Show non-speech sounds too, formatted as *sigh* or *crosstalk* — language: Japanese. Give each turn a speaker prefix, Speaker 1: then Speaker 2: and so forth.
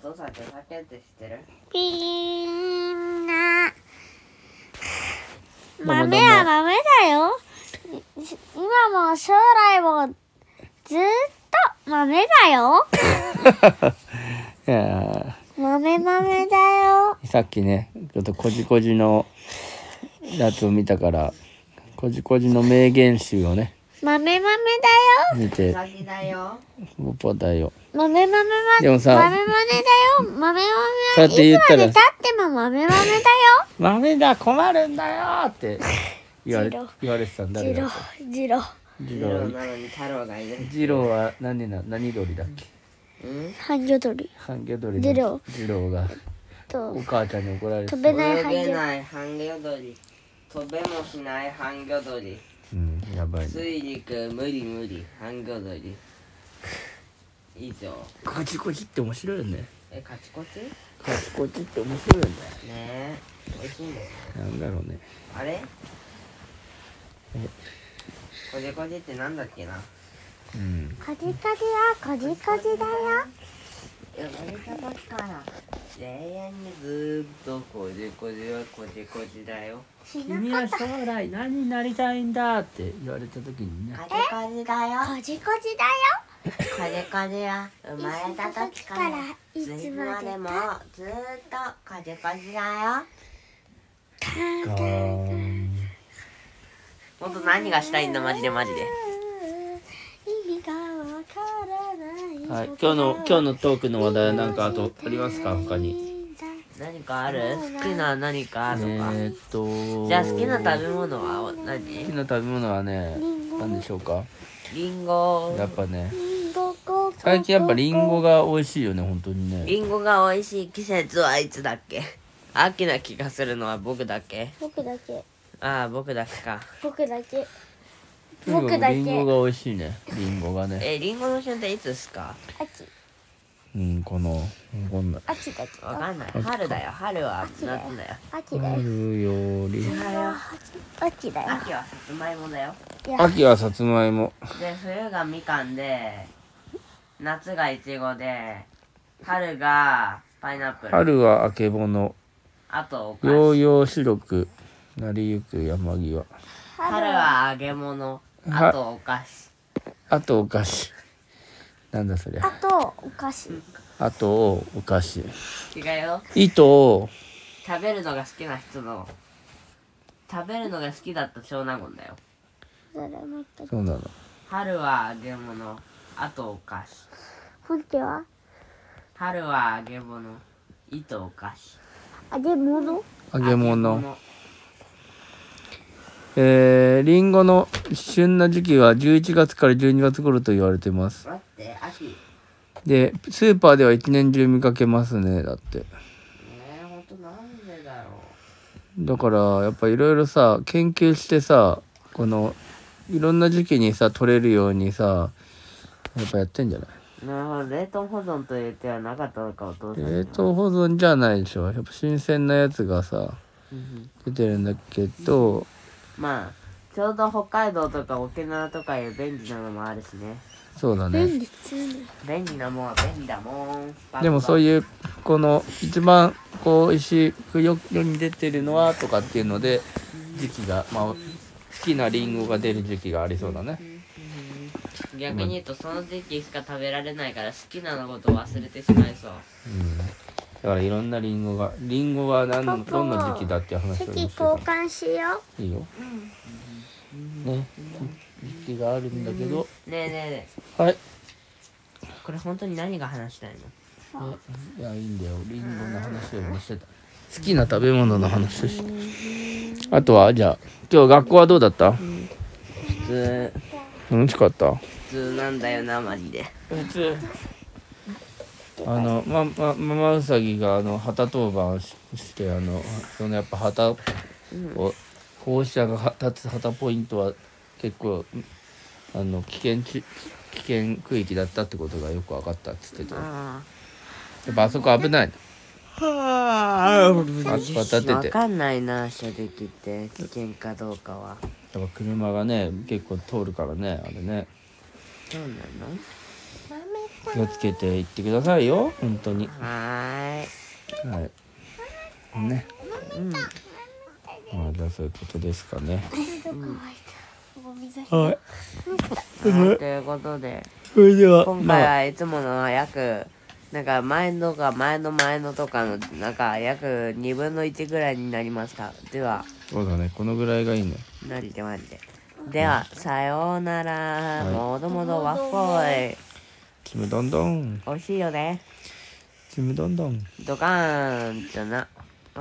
Speaker 1: 父さんってお酒って知ってる
Speaker 2: ピーナ
Speaker 3: ママ
Speaker 2: 豆は豆だよい今も将来もずっと豆だよ
Speaker 3: *laughs* いや
Speaker 2: 豆豆だよ
Speaker 3: ーさっきねちょっとこじこじのやつを見たからこじこじの名言集をね
Speaker 2: 豆豆だよ
Speaker 3: 見
Speaker 1: う
Speaker 3: て
Speaker 1: さぎだよ
Speaker 3: ポポだよ
Speaker 2: 豆豆ま
Speaker 3: でもさ
Speaker 2: 豆豆だよ豆豆
Speaker 3: そ
Speaker 2: は
Speaker 3: うやって言
Speaker 2: い
Speaker 3: っ
Speaker 2: つ
Speaker 3: た
Speaker 2: ま
Speaker 3: ら
Speaker 2: でたっても豆豆だよ
Speaker 3: 「豆だ困るんだよ」って言われ
Speaker 2: ジロー
Speaker 3: 言われてたんだけ
Speaker 2: ジ
Speaker 3: ど
Speaker 2: ロジロ
Speaker 3: ジ
Speaker 1: ジ
Speaker 3: ロ
Speaker 1: ロ
Speaker 3: ー
Speaker 1: ーなのに太郎がいる
Speaker 3: ジローは何な何鳥だっけ
Speaker 1: うん
Speaker 2: 半魚鳥
Speaker 3: 半魚鳥の
Speaker 2: ジロ
Speaker 3: ジローが
Speaker 2: と
Speaker 3: お母ちゃんに怒られて
Speaker 2: 飛
Speaker 3: た、
Speaker 2: べない
Speaker 1: 泳げ
Speaker 2: 半魚鳥
Speaker 1: ない半魚鳥飛べもしない半魚鳥
Speaker 3: うん、やばいね
Speaker 1: 水陸無理無理半魚鳥以上
Speaker 3: こじこじって面白いよね
Speaker 1: えカチコチね
Speaker 3: こじこじって面白いよね
Speaker 1: え美味しいんだよ
Speaker 3: なんだろうね
Speaker 1: あれ
Speaker 3: え
Speaker 1: こじこじってなんだっけな
Speaker 3: うん
Speaker 2: カジカジはカジカジだよ
Speaker 1: 生まれたばっから永遠にずーっとこじこじはこじこじだよ
Speaker 3: 君は将来何になりたいんだって言われた時にね
Speaker 1: カジカジだよ
Speaker 2: カジカジだよ
Speaker 1: カジカジは生まれた時から
Speaker 2: い
Speaker 1: い
Speaker 2: つ
Speaker 1: つ
Speaker 2: ま
Speaker 1: ま
Speaker 2: で
Speaker 1: でも
Speaker 2: も
Speaker 1: ずーっとカジカジだよ
Speaker 3: ガーン
Speaker 1: 本当何がしたいんだマジでマジで
Speaker 2: 意味がわからな
Speaker 3: はいい、今日の今日のトークの話題は何かあとありますか他に
Speaker 1: 何かある好きな何かあ
Speaker 3: え
Speaker 1: るのか、
Speaker 3: ー、っと
Speaker 1: じゃあ好きな食べ物はお
Speaker 3: 好き
Speaker 1: 何
Speaker 3: な食べ物はね何でしょうか
Speaker 1: リンゴ
Speaker 3: やっぱね
Speaker 2: リンゴゴゴ
Speaker 3: 最近やっぱりんごが美味しいよね本当にね
Speaker 1: リンゴが美味しい季節はいつだっけ秋な気がするのは僕だけ
Speaker 2: 僕だけ
Speaker 1: ああ僕だけか
Speaker 2: 僕だけ
Speaker 3: とにか
Speaker 2: 僕
Speaker 3: く
Speaker 2: だ
Speaker 3: りんご
Speaker 2: け
Speaker 3: が美味しいねりんごがね
Speaker 1: えー、リンゴの旬っていつですか
Speaker 2: 秋
Speaker 3: うんこのこんな
Speaker 2: 秋だけ
Speaker 1: わ
Speaker 2: ど
Speaker 1: かんない春だよ春は夏
Speaker 2: 秋だ
Speaker 1: だ
Speaker 2: よ
Speaker 1: よ
Speaker 2: 秋だ
Speaker 3: あ
Speaker 2: よ
Speaker 3: るより
Speaker 2: 秋だよ
Speaker 1: 秋はさつまいもだよ
Speaker 2: いや
Speaker 3: 秋はさつまいも
Speaker 1: で冬がみかんで夏がいちごで春がパイナップル
Speaker 3: 春はあけぼの
Speaker 1: あとお菓
Speaker 3: よう
Speaker 1: 子
Speaker 3: よう白くなりゆく山際
Speaker 1: 春は揚げ物
Speaker 3: は
Speaker 1: あとお菓子
Speaker 3: あとお菓子なんだそり
Speaker 2: あ
Speaker 3: ゃ
Speaker 2: とお菓子
Speaker 3: あとお菓子
Speaker 1: 違うよ
Speaker 3: 糸を
Speaker 1: 食べるのが好きな人の食べるのが好きだった長納言だよ
Speaker 2: それも一回
Speaker 3: そうなの
Speaker 1: 春は揚げ物あとお菓子
Speaker 2: 本家は
Speaker 1: 春は揚げ物糸お菓子
Speaker 2: 揚げ物
Speaker 3: 揚げ物えー、りんごの旬な時期は11月から12月頃と言われてます
Speaker 1: 待って秋
Speaker 3: でスーパーでは一年中見かけますねだって
Speaker 1: えー、ほんとなんでだろう
Speaker 3: だからやっぱいろいろさ研究してさこのいろんな時期にさ取れるようにさやっぱやってんじゃない
Speaker 1: なるほど冷凍保存という手はなかったのかお父さん
Speaker 3: 冷凍保存じゃないでしょやっぱ新鮮なやつがさ
Speaker 1: うんうん
Speaker 3: 出てるんだけど
Speaker 1: まあちょうど北海道とか沖縄とかいう便利なのもあるしね
Speaker 3: そうだね
Speaker 2: 便利っつうの
Speaker 1: 便利なもんは便利だもん
Speaker 3: でもそう
Speaker 1: う
Speaker 3: いうこの一番こう美味しくよ世に出てるのはとかっていうので時期がまあ好きなリンゴが出る時期がありそうだね
Speaker 1: 逆に言うとその時期しか食べられないから好きなのことを忘れてしまいそう
Speaker 3: うんだからいろんなリンゴがリンゴは何
Speaker 2: パ
Speaker 3: の
Speaker 2: パ
Speaker 3: どんな時期だっていう話を
Speaker 2: 席
Speaker 3: し
Speaker 2: 交
Speaker 3: てた
Speaker 2: 換しよ
Speaker 3: いいよ、ね時期があるんだけど、
Speaker 1: ねえねえね
Speaker 3: はい
Speaker 1: えこれ本当に何が話したいの
Speaker 3: いやいいんだよリンゴの話を今してた好きな食べ物の話をしてあとはじゃあ今日学校はどうだった
Speaker 1: 普通
Speaker 3: 楽しかった
Speaker 1: 普通なんだよなマジで
Speaker 3: 普通あのままママウサギがあの旗当番ししてあのそのやっぱ旗を保護者がは立つ旗ポイントは結構あの危険ち危険区域だったってことがよく分かったっつってたや
Speaker 1: あ
Speaker 3: っぱあそこ危ない
Speaker 1: あ
Speaker 3: あそこ当たって
Speaker 1: 分
Speaker 3: てやっ
Speaker 1: かんないな射撃って危険かどうかは
Speaker 3: ぱ車がね結構通るからねあれね
Speaker 1: そうなの
Speaker 2: う豆
Speaker 3: 気をつけていってくださいよ本当に
Speaker 1: はーい
Speaker 3: はいねまあだそういうことですかねはい
Speaker 1: あということで
Speaker 3: それでは
Speaker 1: 今
Speaker 3: *laughs* ま
Speaker 1: 回
Speaker 3: あ
Speaker 1: はいつものは約なんか前のか前の前のとかのなんか約2分の1ぐらいになりましたでは
Speaker 3: そうだねこのぐらいがいいね
Speaker 1: なりでまりでではさようなら
Speaker 3: はい
Speaker 1: もどもどわっほい
Speaker 3: ちむどんどん
Speaker 1: おいしいよね
Speaker 3: ちむどんどん
Speaker 1: ドカーンじゃな